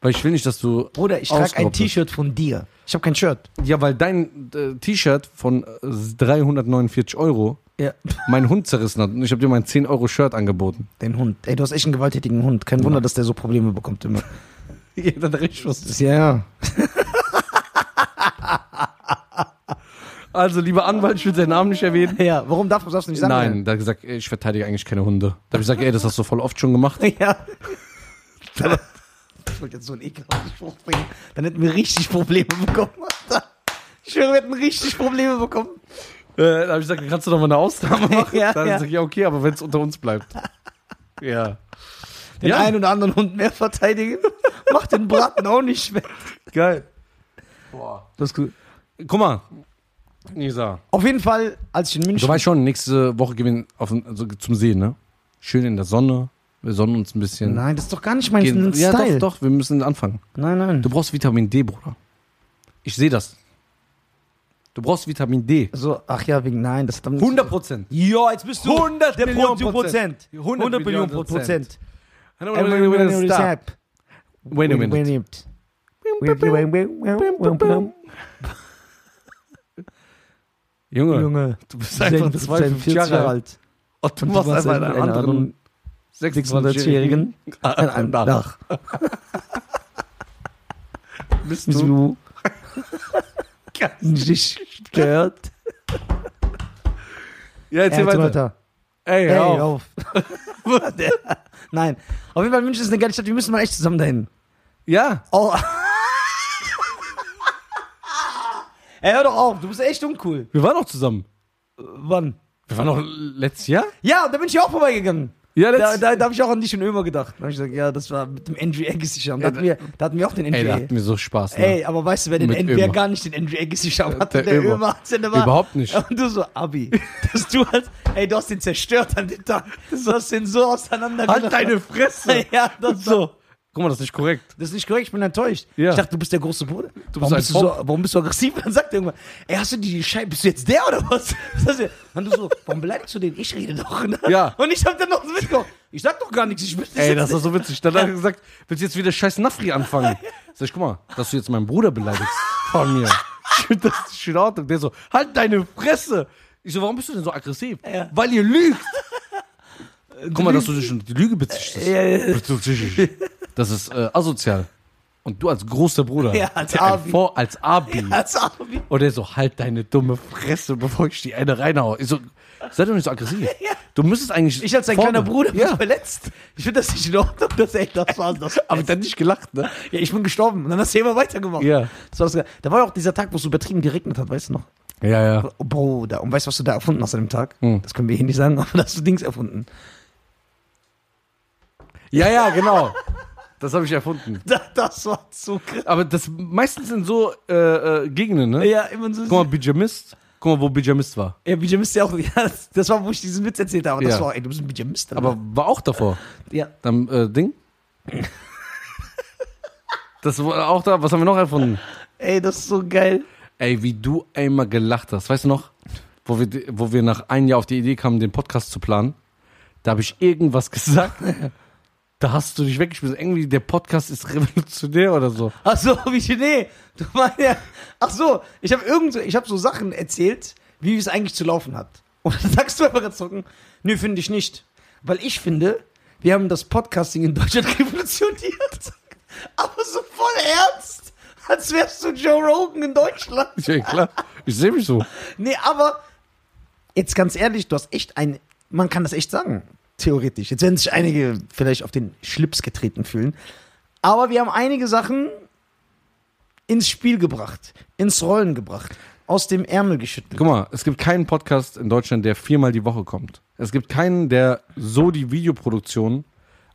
S2: Weil ich will nicht, dass du.
S1: Bruder, ich trage ein
S2: ausgeraubt bist.
S1: T-Shirt von dir. Ich habe kein Shirt.
S2: Ja, weil dein äh, T-Shirt von äh, 349 Euro
S1: Ja.
S2: mein Hund zerrissen hat. Und ich habe dir mein 10-Euro-Shirt angeboten.
S1: Den Hund. Ey, du hast echt einen gewalttätigen Hund. Kein Wunder, dass der so Probleme bekommt immer.
S2: Ja, dann richtig was.
S1: Ja.
S2: Also, lieber Anwalt, ich will seinen Namen nicht erwähnen.
S1: Ja, warum darf man das nicht sagen?
S2: Nein, da hat gesagt, ey, ich verteidige eigentlich keine Hunde. Da habe ich gesagt, ey, das hast du voll oft schon gemacht.
S1: Ja. Ich wollte jetzt so einen ekelhaften Spruch bringen. Dann hätten wir richtig Probleme bekommen. Alter. Ich schwöre, wir hätten richtig Probleme bekommen.
S2: Äh, da habe ich gesagt, kannst du doch mal eine Ausnahme machen?
S1: Ja,
S2: ja, dann
S1: ja.
S2: ja. sag ich, ja, okay, aber wenn es unter uns bleibt. Ja.
S1: Den
S2: ja,
S1: einen oder anderen Hund mehr verteidigen. Macht den Braten auch nicht weg.
S2: geil.
S1: Das ist gut.
S2: Guck mal, Nisa.
S1: Auf jeden Fall, als ich in
S2: Du
S1: München
S2: weißt schon, nächste Woche gehen wir auf, den- also zum See, ne? Schön in der Sonne. Wir sonnen uns ein bisschen.
S1: Nein, das ist doch gar nicht mein
S2: Gehen- ja,
S1: Style.
S2: doch, doch, wir müssen anfangen.
S1: Nein, nein.
S2: Du brauchst Vitamin D, Bruder. Ich sehe das. Du brauchst Vitamin D.
S1: so, ach ja, wegen nein, das hat damit-
S2: Prozent.
S1: Ja, jetzt bist du
S2: 100
S1: der
S2: Millionen
S1: Pro-
S2: Prozent.
S1: 100, Millionen Prozent.
S2: Wait a minute. Junge,
S1: Junge,
S2: du bist einfach
S1: 42
S2: 42 Jahre
S1: Jahre
S2: alt.
S1: alt.
S2: Und du machst einfach einen anderen 26-Jährigen.
S1: 26-Jährigen an einem Dach.
S2: Bist
S1: Bist
S2: du?
S1: du nicht gehört?
S2: Ja, erzähl
S1: Äh,
S2: weiter. Ey,
S1: Ey,
S2: hör auf.
S1: auf. Nein. Auf jeden Fall, München ist eine geile Stadt. Wir müssen mal echt zusammen dahin.
S2: Ja,
S1: Oh. Ey, hör doch auf. Du bist echt uncool.
S2: wir waren auch zusammen.
S1: Wann?
S2: Wir waren auch letztes Jahr?
S1: Ja, da bin ich auch vorbeigegangen.
S2: Ja,
S1: Da,
S2: letztes
S1: da, da habe ich auch an dich und Ömer gedacht. Da habe ich gesagt, ja, das war mit dem Andrew Agassi Charme. Da,
S2: Ja,
S1: hatten wir- da hatten wir auch den
S2: Ey, da
S1: Andrew. Ey,
S2: hatten wir so Spaß. Ne?
S1: aber weißt du, wer, den
S2: Mit
S1: Andrew, wer
S2: Ömer.
S1: gar nicht den Andrew Agassi Charme hatte?
S2: Der
S1: Der,
S2: Ömer.
S1: Ömer hat's ja der war-
S2: Überhaupt nicht.
S1: Und du so, Abi. Dass du halt, ey, du hast den zerstört an dem Tag. Du hast den so auseinander
S2: Halt deine Fresse!
S1: Ja, das so.
S2: Guck mal, das ist nicht korrekt.
S1: Das ist nicht korrekt, ich bin enttäuscht.
S2: Ja.
S1: Ich dachte, du bist der große Bruder. warum,
S2: ein
S1: bist du so,
S2: Pop.
S1: warum bist du aggressiv? Dann sagt er irgendwann, ey, hast du die Scheibe, bist du jetzt der oder was? was hast du? Und du so, warum beleidigst du den? Ich rede doch. Ne?
S2: Ja.
S1: Und ich hab dann noch so mitgekommen, ich sag doch gar nichts, ich bin
S2: Ey, das
S1: ist
S2: war so witzig. Dann hat er gesagt, willst du jetzt wieder scheiß Nafri anfangen? Sag ich, guck mal, dass du jetzt meinen Bruder beleidigst von mir. Ich find das ist in Ordnung. Der so, halt deine Fresse! Ich so, warum bist du denn so aggressiv?
S1: Ja.
S2: Weil ihr lügt! Guck mal, dass du dich schon die Lüge bezichtest.
S1: Ja, ja, ja.
S2: Das ist äh, asozial. Und du als großer Bruder.
S1: Ja, als
S2: der ein
S1: Abi.
S2: Vor, als Abi.
S1: Das Abi.
S2: Und er so, halt deine dumme Fresse, bevor ich die eine reinhaue. Ich so, sei doch nicht so aggressiv. Du müsstest eigentlich.
S1: Ich als dein
S2: vorne-
S1: kleiner Bruder bin
S2: Ja.
S1: verletzt. Ich finde das nicht in Ordnung, dass ey, das war das.
S2: Aber dann nicht gelacht, ne?
S1: ja, ich bin gestorben und dann hast du immer weitergemacht.
S2: Ja.
S1: Das war das, da war ja auch dieser Tag, wo es so übertrieben geregnet hat, weißt du noch?
S2: Ja, ja.
S1: Oh, Bruder, und weißt du, was du da erfunden hast an dem Tag?
S2: Hm.
S1: Das können wir hier nicht sagen, aber da hast du Dings erfunden.
S2: Ja, ja, genau. Das habe ich erfunden.
S1: Da- Das war zu krass.
S2: Aber das meistens in so äh, äh, Gegenden, ne?
S1: Ja, immer so.
S2: Guck mal, Bijamist. Guck mal, wo Bijamist war.
S1: Ja, Bijamist ja auch. Ja, das, das war, wo ich diesen Witz erzählt habe. Das
S2: Ja.
S1: war, ey, du bist ein Bijamist.
S2: Aber war auch davor.
S1: ja.
S2: Dann äh, Ding. Das war auch da. Was haben wir noch erfunden?
S1: Ey, das ist so geil.
S2: Ey, wie du einmal gelacht hast. Weißt du noch, wo wir, wo wir nach einem Jahr auf die Idee kamen, den Podcast zu planen? Da habe ich irgendwas gesagt. Da hast du dich weggeschmissen. Irgendwie, der Podcast ist revolutionär oder so.
S1: Ach so, wie ich, nee. Du meinst ja. Ach so, ich habe irgend so, ich habe so Sachen erzählt, wie es eigentlich zu laufen hat. Und dann sagst du einfach jetzt zocken, nö, finde ich nicht. Weil ich finde, wir haben das Podcasting in Deutschland revolutioniert. Aber so voll ernst, als wärst du Joe Rogan in Deutschland.
S2: Ja, klar. Ich sehe mich so.
S1: Nee, aber jetzt ganz ehrlich, du hast echt ein, man kann das echt sagen, theoretisch. Jetzt werden sich einige vielleicht auf den Schlips getreten fühlen. Aber wir haben einige Sachen ins Spiel gebracht, ins Rollen gebracht, aus dem Ärmel geschüttelt.
S2: Guck mal, es gibt keinen Podcast in Deutschland, der viermal die Woche kommt. Es gibt keinen, der so die Videoproduktion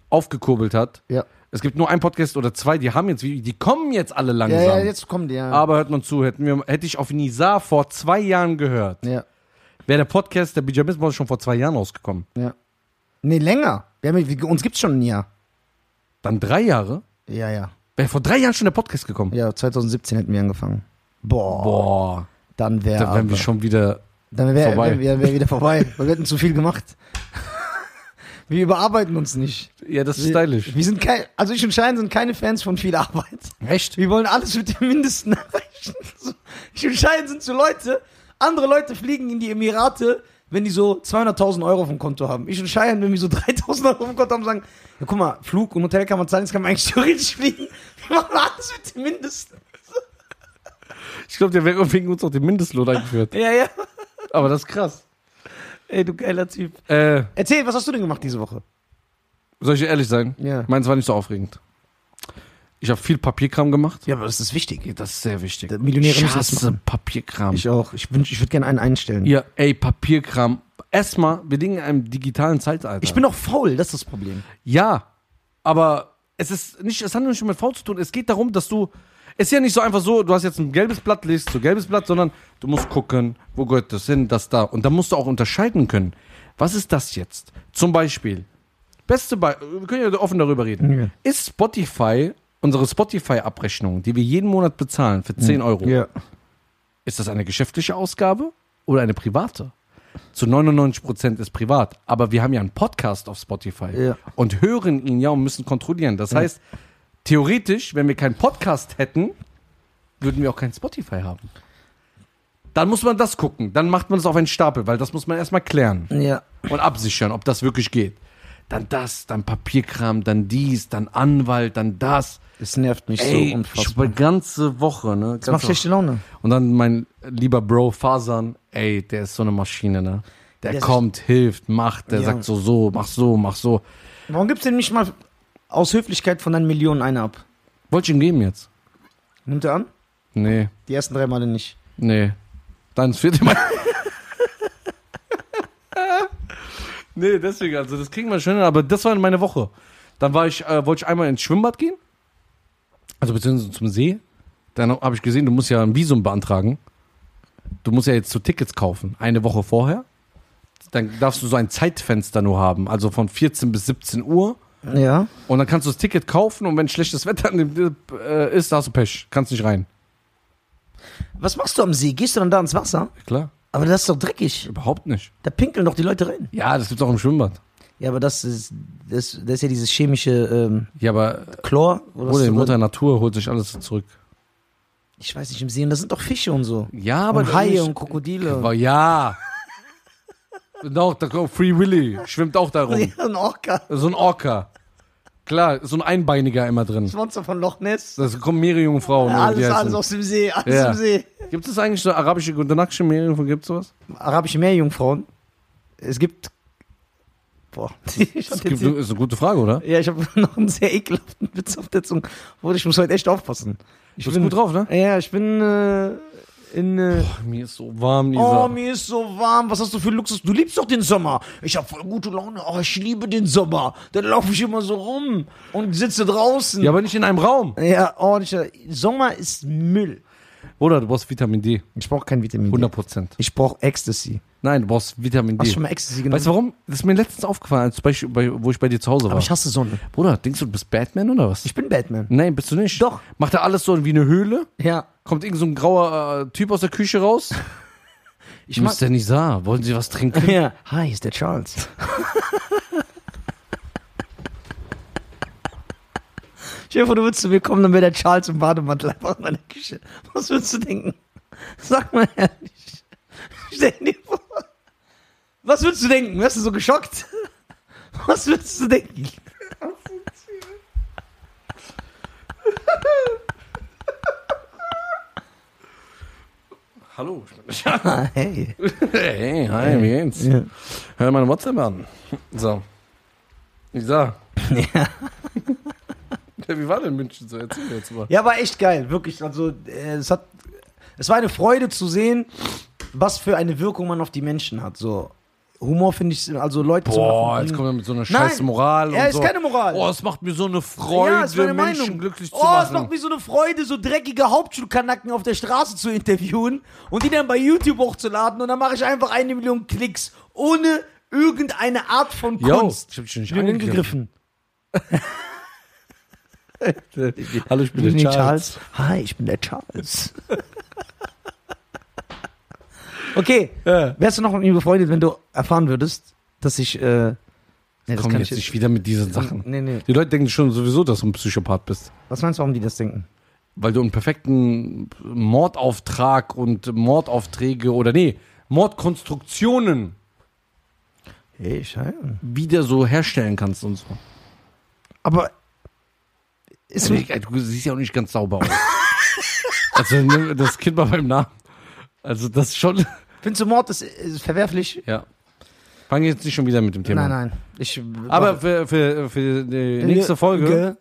S2: aufgekurbelt hat.
S1: Ja.
S2: Es gibt nur einen Podcast oder zwei, die haben jetzt, Video- die kommen jetzt alle
S1: Ja,
S2: langsam.
S1: ja, jetzt kommen die ja.
S2: Aber hört man zu, hätten wir, hätte ich auf Nizar vor zwei Jahren gehört,
S1: ja,
S2: wäre der Podcast der Bijamismus schon vor zwei Jahren rausgekommen.
S1: ja. Nee, länger. Wir haben, wir- uns gibt's schon ein Jahr.
S2: Dann drei Jahre,
S1: Ja, ja.
S2: wäre vor drei Jahren schon der Podcast gekommen.
S1: Ja, 2017 hätten wir angefangen. Boah,
S2: Boah,
S1: dann wäre
S2: da wären wir schon wieder.
S1: dann wär,
S2: vorbei.
S1: Dann wär, wär wieder vorbei, weil wir hätten zu viel gemacht. Wir überarbeiten uns nicht.
S2: Ja, das ist
S1: Wir-
S2: stylisch.
S1: Wir sind kein, also ich und Schein sind keine Fans von viel Arbeit.
S2: Echt?
S1: Wir wollen alles mit dem Mindesten erreichen. So, Ich und Schein sind so Leute, andere Leute fliegen in die Emirate, wenn die so 200.000 Euro auf dem Konto haben. Ich und Schein, wenn wir so 3.000 Euro auf dem Konto haben, sagen, ja guck mal, Flug und Hotel kann man zahlen, jetzt kann man eigentlich theoretisch fliegen. Wir machen alles mit dem Mindesten.
S2: Ich glaube, der wäre wegen uns auch den Mindestlohn eingeführt.
S1: Ja, ja.
S2: Aber das ist krass.
S1: Ey, du geiler Typ.
S2: Äh,
S1: Erzähl, was hast du denn gemacht diese Woche?
S2: soll ich ehrlich sein?
S1: Ja.
S2: Meins war nicht so aufregend. Ich habe viel Papierkram gemacht.
S1: Ja, aber das ist wichtig.
S2: Das ist sehr wichtig.
S1: Der Millionäre
S2: ich
S1: müssen das
S2: hasse Papierkram.
S1: Ich auch. Ich wünsch, ich würde gerne einen einstellen.
S2: ja, ey, Papierkram. Erstmal, wir liegen in einem digitalen Zeitalter.
S1: Ich bin auch faul, das ist das Problem.
S2: Ja, aber es ist nicht, es handelt nicht um mit V zu tun. Es geht darum, dass du. Es ist ja nicht so einfach so, du hast jetzt ein gelbes Blatt, legst du gelbes Blatt, sondern du musst gucken, wo gehört das hin, das da. Und dann musst du auch unterscheiden können. Was ist das jetzt? Zum Beispiel, beste Beispiel, wir können ja offen darüber reden.
S1: Ja.
S2: Ist Spotify, unsere Spotify-Abrechnung, die wir jeden Monat bezahlen für 10 Euro, ist das eine geschäftliche Ausgabe oder eine private? Zu 99% ist privat, aber wir haben ja einen Podcast auf Spotify
S1: Ja.
S2: und hören ihn ja und müssen kontrollieren. Das heißt, theoretisch, wenn wir keinen Podcast hätten, würden wir auch kein Spotify haben. Dann muss man das gucken, dann macht man es auf einen Stapel, weil das muss man erstmal klären
S1: Ja.
S2: und absichern, ob das wirklich geht. Dann das, dann Papierkram, dann dies, dann Anwalt, dann das.
S1: Es nervt mich
S2: Ey,
S1: so
S2: ich
S1: unfassbar.
S2: war ganze Woche, ne?
S1: Das macht
S2: ganze
S1: schlechte Laune.
S2: und dann mein lieber Bro Fasan, ey, der ist so eine Maschine, ne? Der
S1: Der ist-
S2: kommt, hilft, macht, der
S1: Ja.
S2: sagt so, so, mach so, mach so.
S1: Warum gibst du denn nicht mal aus Höflichkeit von deinen Millionen eine ab?
S2: Wollte ich ihm geben jetzt?
S1: Nimmt er an?
S2: Nee,
S1: Die ersten drei Male nicht.
S2: nee. Dann das vierte Mal. nee, deswegen, also das kriegen wir schon hin, aber das war meine Woche. Dann war ich, äh, wollte ich einmal ins Schwimmbad gehen. Also beziehungsweise zum See. Dann habe ich gesehen, du musst ja ein Visum beantragen. Du musst ja jetzt so Tickets kaufen, eine Woche vorher. Dann darfst du so ein Zeitfenster nur haben, also von 14 bis 17 Uhr.
S1: Ja.
S2: Und dann kannst du das Ticket kaufen und wenn schlechtes Wetter an dem, äh, ist, da hast du Pech. Kannst nicht rein.
S1: Was machst du am See? Gehst du dann da ins Wasser?
S2: Klar,
S1: Aber das ist doch dreckig.
S2: überhaupt nicht.
S1: Da pinkeln doch die Leute rein.
S2: Ja, das gibt's auch im Schwimmbad.
S1: Ja, aber das ist, das, das ist ja dieses chemische ähm,
S2: Ja, aber
S1: Chlor. Oder
S2: Bruder,
S1: was
S2: die
S1: du-
S2: Mutter Natur holt sich alles zurück.
S1: Ich weiß nicht, im See. Und das sind doch Fische und so.
S2: Ja,
S1: und Haie und Krokodile.
S2: Aber ja. Doch, da kommt Free Willy, schwimmt auch da rum.
S1: Ja, ein Orca.
S2: So ein Orca. Klar, so ein Einbeiniger immer drin.
S1: Das Monster von Loch Ness.
S2: Da kommen mehrere junge Frauen. oder wie
S1: Alles, also.
S2: die
S1: alles
S2: heißen.
S1: aus dem See. Alles
S2: Ja.
S1: im See.
S2: Gibt es eigentlich so arabische Gudanakische Meerjungfrauen? Gibt es sowas?
S1: Arabische Meerjungfrauen. Es gibt. Boah. Ich
S2: Das
S1: hab
S2: gibt,
S1: jetzt-
S2: ist eine gute Frage, oder?
S1: Ja, ich habe noch einen sehr ekelhaften Witz auf der Zunge. Bruder, ich muss heute echt aufpassen. Ich
S2: Du bist gut drauf, ne?
S1: Ja, ich bin äh, in. Äh,
S2: Boah, mir ist so warm, Lisa.
S1: oh, mir ist so warm. Was hast du für Luxus? Du liebst doch den Sommer. Ich habe voll gute Laune. Oh, ich liebe den Sommer. Dann laufe ich immer so rum und sitze draußen.
S2: ja, aber nicht in einem Raum.
S1: Ja, ordentlicher. Sommer ist Müll.
S2: Oder du brauchst Vitamin D.
S1: Ich brauche kein Vitamin. D.
S2: 100 Prozent.
S1: Ich brauche Ecstasy.
S2: Nein, du brauchst Vitamin
S1: Hast du
S2: D.
S1: schon mal Ecstasy genommen?
S2: Weißt du warum? Das ist mir letztens aufgefallen, als Beispiel, bei, wo ich bei dir zu Hause war.
S1: Aber ich hasse Sonne.
S2: Bruder, denkst du, du bist Batman oder was?
S1: Ich bin Batman.
S2: Nein, bist du nicht.
S1: Doch.
S2: Macht er alles so wie eine Höhle?
S1: Ja.
S2: Kommt irgend so ein grauer äh, Typ aus der Küche raus? Ich
S1: mag-
S2: ja nicht sah. Wollen Sie was trinken?
S1: Ja. Hi, hier ist der Charles. Stell dir vor, du würdest zu mir kommen, dann wäre der Charles im Bademantel einfach in meiner Küche. Was würdest du denken? Sag mal ehrlich. Stell dir vor. Was würdest du denken? Wärst du so geschockt? Was würdest du denken?
S2: Hallo. ich bin-
S1: Ah, hey.
S2: Hey, hi, wie geht's?
S1: Ja.
S2: Hör meine WhatsApp an. So. Ich sah. Ja. Wie war denn München so? Erzähl mir jetzt mal.
S1: Ja, war echt geil, wirklich. Also äh, es hat, es war eine Freude zu sehen, was für eine Wirkung man auf die Menschen hat. So Humor finde ich, also Leute
S2: Boah,
S1: zu
S2: jetzt
S1: machen.
S2: kommt er mit so einer
S1: Nein.
S2: scheiß Moral.
S1: Ja,
S2: und
S1: ist
S2: so.
S1: keine Moral.
S2: Oh, es macht mir so eine Freude,
S1: ja, ist meine
S2: Menschen
S1: Meinung.
S2: glücklich zu
S1: oh,
S2: machen.
S1: es macht mir so eine Freude, so dreckige Hauptschulkanacken auf der Straße zu interviewen und die dann bei YouTube hochzuladen und dann mache ich einfach eine Million Klicks ohne irgendeine Art von
S2: Yo,
S1: Kunst.
S2: ich hab dich nicht
S1: Ich bin
S2: angegriffen.
S1: angegriffen.
S2: Hallo, ich bin
S1: Ich
S2: der
S1: bin
S2: Charles.
S1: Hi, ich bin der Charles. Okay,
S2: Ja.
S1: wärst du noch mit mir befreundet, wenn du erfahren würdest, dass ich. Äh, nee, das
S2: Komm
S1: kann
S2: jetzt
S1: ich Also,
S2: nicht wieder mit diesen Sachen.
S1: Nee, nee.
S2: Die Leute denken schon sowieso, dass du ein Psychopath bist.
S1: Was meinst du, warum die das denken?
S2: Weil du einen perfekten Mordauftrag und Mordaufträge oder nee, Mordkonstruktionen
S1: Hey, Scheiße.
S2: wieder so herstellen kannst und so.
S1: Aber.
S2: Also
S1: Ist mir,
S2: Du siehst ja auch nicht ganz sauber aus. also nimm das Kind mal beim Namen. Also das ist schon.
S1: findest du Mord ist, ist verwerflich?
S2: Ja. Fangen jetzt nicht schon wieder mit dem Thema an.
S1: Nein, nein. Ich,
S2: Aber für, für, für die nächste Folge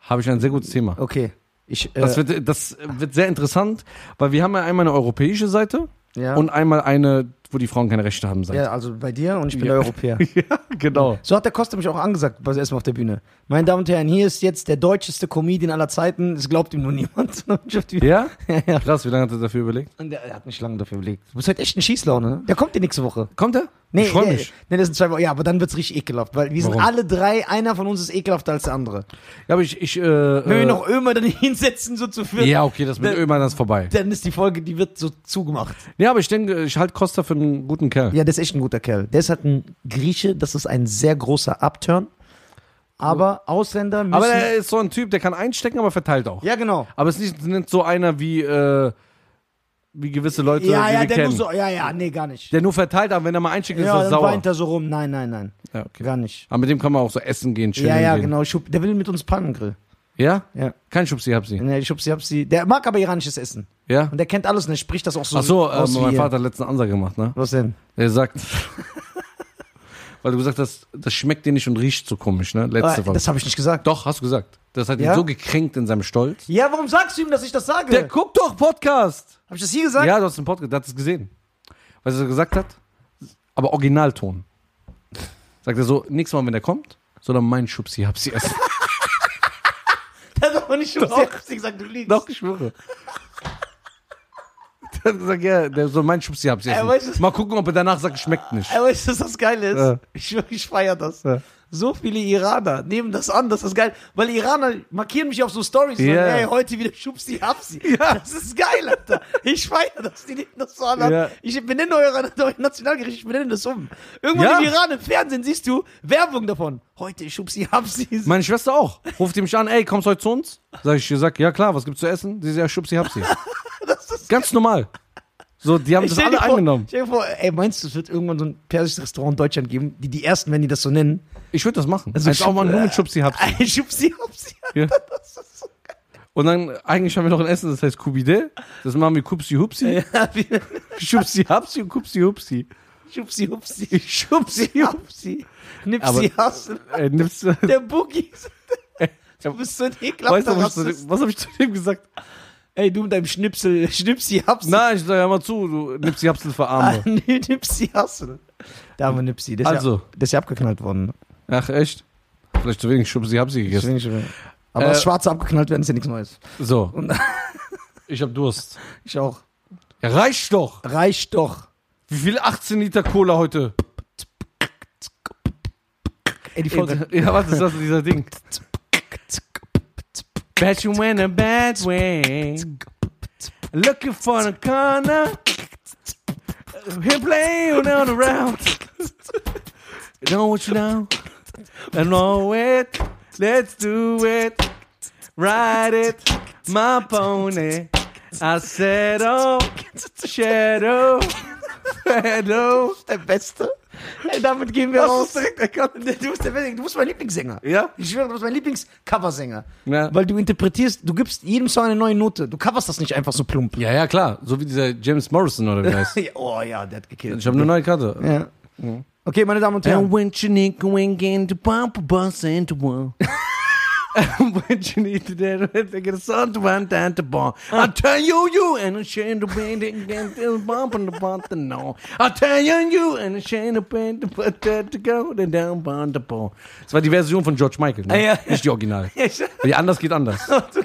S2: habe ich ein sehr gutes Thema.
S1: Okay. Ich, äh,
S2: Das wird, das wird sehr interessant, weil wir haben ja einmal eine europäische Seite
S1: ja,
S2: und einmal eine, wo die Frauen keine Rechte haben Seite.
S1: ja, also bei dir und ich bin
S2: Ja.
S1: der Europäer.
S2: Ja, genau.
S1: So hat der Koster mich auch angesagt, was erstmal auf der Bühne. Meine Damen und Herren, hier ist jetzt der deutscheste Comedian aller Zeiten. Es glaubt ihm nur niemand. Und ich auf die-
S2: Ja?
S1: ja.
S2: Krass, wie lange hat er dafür überlegt?
S1: Und der, der hat mich lange dafür überlegt. Du bist heute echt in Schießlaune. ne? Der kommt die nächste Woche.
S2: Kommt er? ich
S1: der,
S2: freue mich.
S1: Nee, das sind zwei Wochen. Ja, aber dann wird's richtig ekelhaft, weil wir sind
S2: Warum?
S1: alle drei, einer von uns ist ekelhafter als der andere.
S2: Ja, aber ich, ich, äh,
S1: Wenn
S2: äh,
S1: wir noch Ömer dann hinsetzen, so zu viert,
S2: ja, okay, das mit
S1: Der-
S2: Ömer, das ist vorbei.
S1: dann ist die Folge, die wird so zugemacht.
S2: Ja, aber ich denke, ich halte Costa für einen guten Kerl.
S1: Ja, der ist echt ein guter Kerl. Der ist halt ein Grieche, das ist ein sehr großer Upturn. Aber Ausländer müssen.
S2: aber er ist so ein Typ, der kann einstecken, aber verteilt auch.
S1: ja, genau.
S2: Aber es ist nicht, nicht so einer wie, äh, wie gewisse Leute,
S1: Ja,
S2: die
S1: ja,
S2: wir
S1: der
S2: kennen.
S1: nur so, ja, ja, nee, gar nicht.
S2: der nur verteilt, aber wenn er mal einsteckt, ist
S1: ja,
S2: er
S1: dann
S2: sauer.
S1: weint er so rum. Nein, nein, nein,
S2: Ja, okay.
S1: gar nicht.
S2: Aber mit dem kann man auch so essen gehen, chillen
S1: ja, ja,
S2: gehen.
S1: genau. Schub, der will mit uns Pannengrill.
S2: Ja?
S1: Ja.
S2: Kein Schubsi, hab sie.
S1: Nee, ich hab sie, hab sie. Der mag aber iranisches Essen.
S2: Ja?
S1: Und der kennt alles und der spricht das auch so.
S2: Ach so, äh,
S1: aus wie
S2: mein
S1: ihr.
S2: Vater hat letzten Ansage gemacht, ne?
S1: Was denn?
S2: Er sagt, weil du gesagt hast, das schmeckt dir nicht und riecht so komisch, ne?
S1: Ah,
S2: Letzte Folge.
S1: das habe ich nicht gesagt.
S2: Doch, hast du gesagt. Das hat
S1: Ja?
S2: ihn so gekränkt in seinem Stolz.
S1: Ja, warum sagst du ihm, dass ich das sage?
S2: Der guckt doch Podcast.
S1: Hab ich das hier gesagt?
S2: Ja, du hast den Podcast, der hat es gesehen. Weißt du, was er gesagt hat? Aber Originalton. Sagt er so, nächstes Mal, wenn der kommt, soll er meinen Schubsi Hapsi essen.
S1: Der hat aber nicht Schubsi, hab sie gesagt, du liegst.
S2: doch, ich schwöre. Der hat gesagt, ja, der soll meinen Schubsi Hapsi
S1: Er weiß es-
S2: essen. Mal gucken, ob er danach sagt, schmeckt nicht.
S1: Aber weißt du, was das Geile ist?
S2: Ja.
S1: Ich, schwör, ich feiere das.
S2: Ja.
S1: So viele Iraner nehmen das an, das ist geil. Weil Iraner markieren mich auf so Stories und
S2: Ja.
S1: sagen, hey, heute wieder Schubsi Hapsi. Das ist geil, Alter. Ich feiere das, die nehmen das so an.
S2: Ja.
S1: Ich benenne euer, euer Nationalgericht, ich benenne das um. Irgendwann
S2: Ja.
S1: im Iran im Fernsehen siehst du Werbung davon. Heute Schubsi Hapsi.
S2: Meine Schwester auch. Ruft die mich an, ey, kommst du heute zu uns? Sag ich, ihr sagt, ja klar, was gibt's zu essen? Sie sagt, ja, Schubsi, Hapsi.
S1: Das ist-
S2: Ganz normal. So, die haben
S1: Ich
S2: das
S1: stell dir
S2: alle
S1: vor,
S2: angenommen.
S1: Stell dir vor, ey, meinst du, es wird irgendwann so ein persisches Restaurant in Deutschland geben, die die ersten, wenn die das so nennen,
S2: Ich würde das machen.
S1: Also
S2: Also, Jetzt auch mal nur mit Schubsi, Hapsi.
S1: ein Schubsi Hapsi.
S2: Ja.
S1: Das ist so
S2: Und dann, eigentlich haben wir noch ein Essen, das heißt Kubide. Das machen wir Kupsi, Hupsi.
S1: geil. Wie-
S2: Schubsi, Hapsi und Kupsi, Hupsi.
S1: Schubsi, Hupsi. Schubsi, Hupsi. Nipsi,
S2: Aber-
S1: Hassel.
S2: Äh, nimmst du,
S1: Der Boogie. Du
S2: Ja,
S1: bist so ein
S2: weißt du,
S1: ekelhafter
S2: was, ich zu
S1: Rassist.
S2: dem- was habe ich zu dem gesagt?
S1: Ey, du mit deinem Schnipsel. Schnipsi, Hapsi.
S2: Nein, ich sage ja mal zu, du Nipsi, Hapsi
S1: Ah,
S2: verarme.
S1: nee, Nipsi, Hassel. Da haben wir Nipsi. Der ist
S2: Also.
S1: Ja, der ist ja abgeknallt worden.
S2: Ach, echt? Vielleicht zu wenig Schubsi, Hapsi
S1: Ich
S2: gegessen.
S1: will nicht mehr. Aber
S2: Äh,
S1: das Schwarze abgeknallt werden ist ja nichts Neues.
S2: So. Ich habe Durst.
S1: Ich auch.
S2: Ja, reicht doch.
S1: Reicht doch.
S2: Wie viel 18 Liter Cola heute?
S1: Ey, die Folge.
S2: Ja, was ist das dieser Ding? Bet you in a bad way. Looking for the corner. Here playing on the round. Know what you know. I know it. Let's do it. Ride it. My pony. I said, oh, shadow. Shadow.
S1: Der Beste. Ey, damit gehen wir
S2: Hast
S1: raus.
S2: du's direkt
S1: Du bist der Beste. Du bist mein Lieblingssänger.
S2: Ja?
S1: Ich schwöre, du bist mein Lieblingscoversänger.
S2: Ja.
S1: Weil du interpretierst, du gibst jedem Song eine neue Note. Du coverst das nicht einfach so plump.
S2: Ja, ja, klar. So wie dieser James Morrison oder wie der heißt.
S1: Ja, oh ja, der hat gekillt.
S2: Ich habe eine neue Karte.
S1: ja. Okay, meine Damen und
S2: And
S1: Herren.
S2: when you need going into pump a bus into one. And when you need to that, they get a son to run down the bar. I tell you, you and a shame to be the game to bump on the bump to know. I tell you, you and a shame to be the but that to go the down on the bar. Das war die Version von George Michael, ne?
S1: Ja.
S2: Nicht die Original.
S1: Ja, ich-
S2: Die anders geht anders.
S1: Du was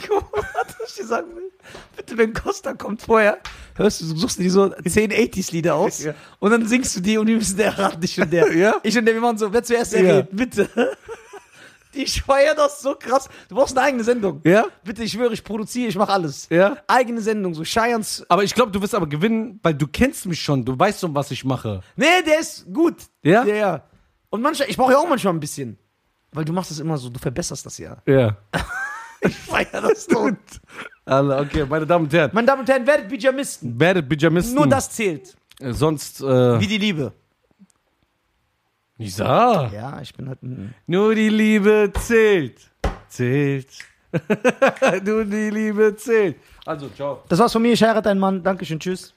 S1: ich dir sagen will. Bitte, wenn Costa kommt vorher, hörst du, suchst du dir so 10 80s-Lieder aus
S2: Ja.
S1: und dann singst du die und die müssen der erraten, ich und der.
S2: Ja.
S1: Ich und der, wir machen so, wer zuerst
S2: Ja.
S1: errät, bitte. Ich feier das so krass. Du brauchst eine eigene Sendung.
S2: Ja?
S1: Bitte, ich schwöre, ich produziere, ich mache alles.
S2: Ja.
S1: Eigene Sendung, so Scheierns.
S2: Aber ich glaube, du wirst aber gewinnen, weil du kennst mich schon. Du weißt schon, was ich mache.
S1: Nee, der ist gut.
S2: Ja?
S1: Ja, ja. Und manchmal, ich brauche ja auch manchmal ein bisschen. Weil du machst das immer so, du verbesserst das ja.
S2: Ja.
S1: Ich feier das tot.
S2: Alle, okay, meine Damen und Herren.
S1: Meine Damen und Herren, werdet Pyjamisten.
S2: Werdet Pyjamisten.
S1: Nur das zählt.
S2: Äh, Sonst, äh,
S1: Wie die Liebe.
S2: Nisa.
S1: Ja, ich bin halt ein.
S2: Nur die Liebe zählt. Zählt. Nur die Liebe zählt. Also, ciao.
S1: Das war's von mir. Ich heirate einen Mann. Dankeschön. Tschüss.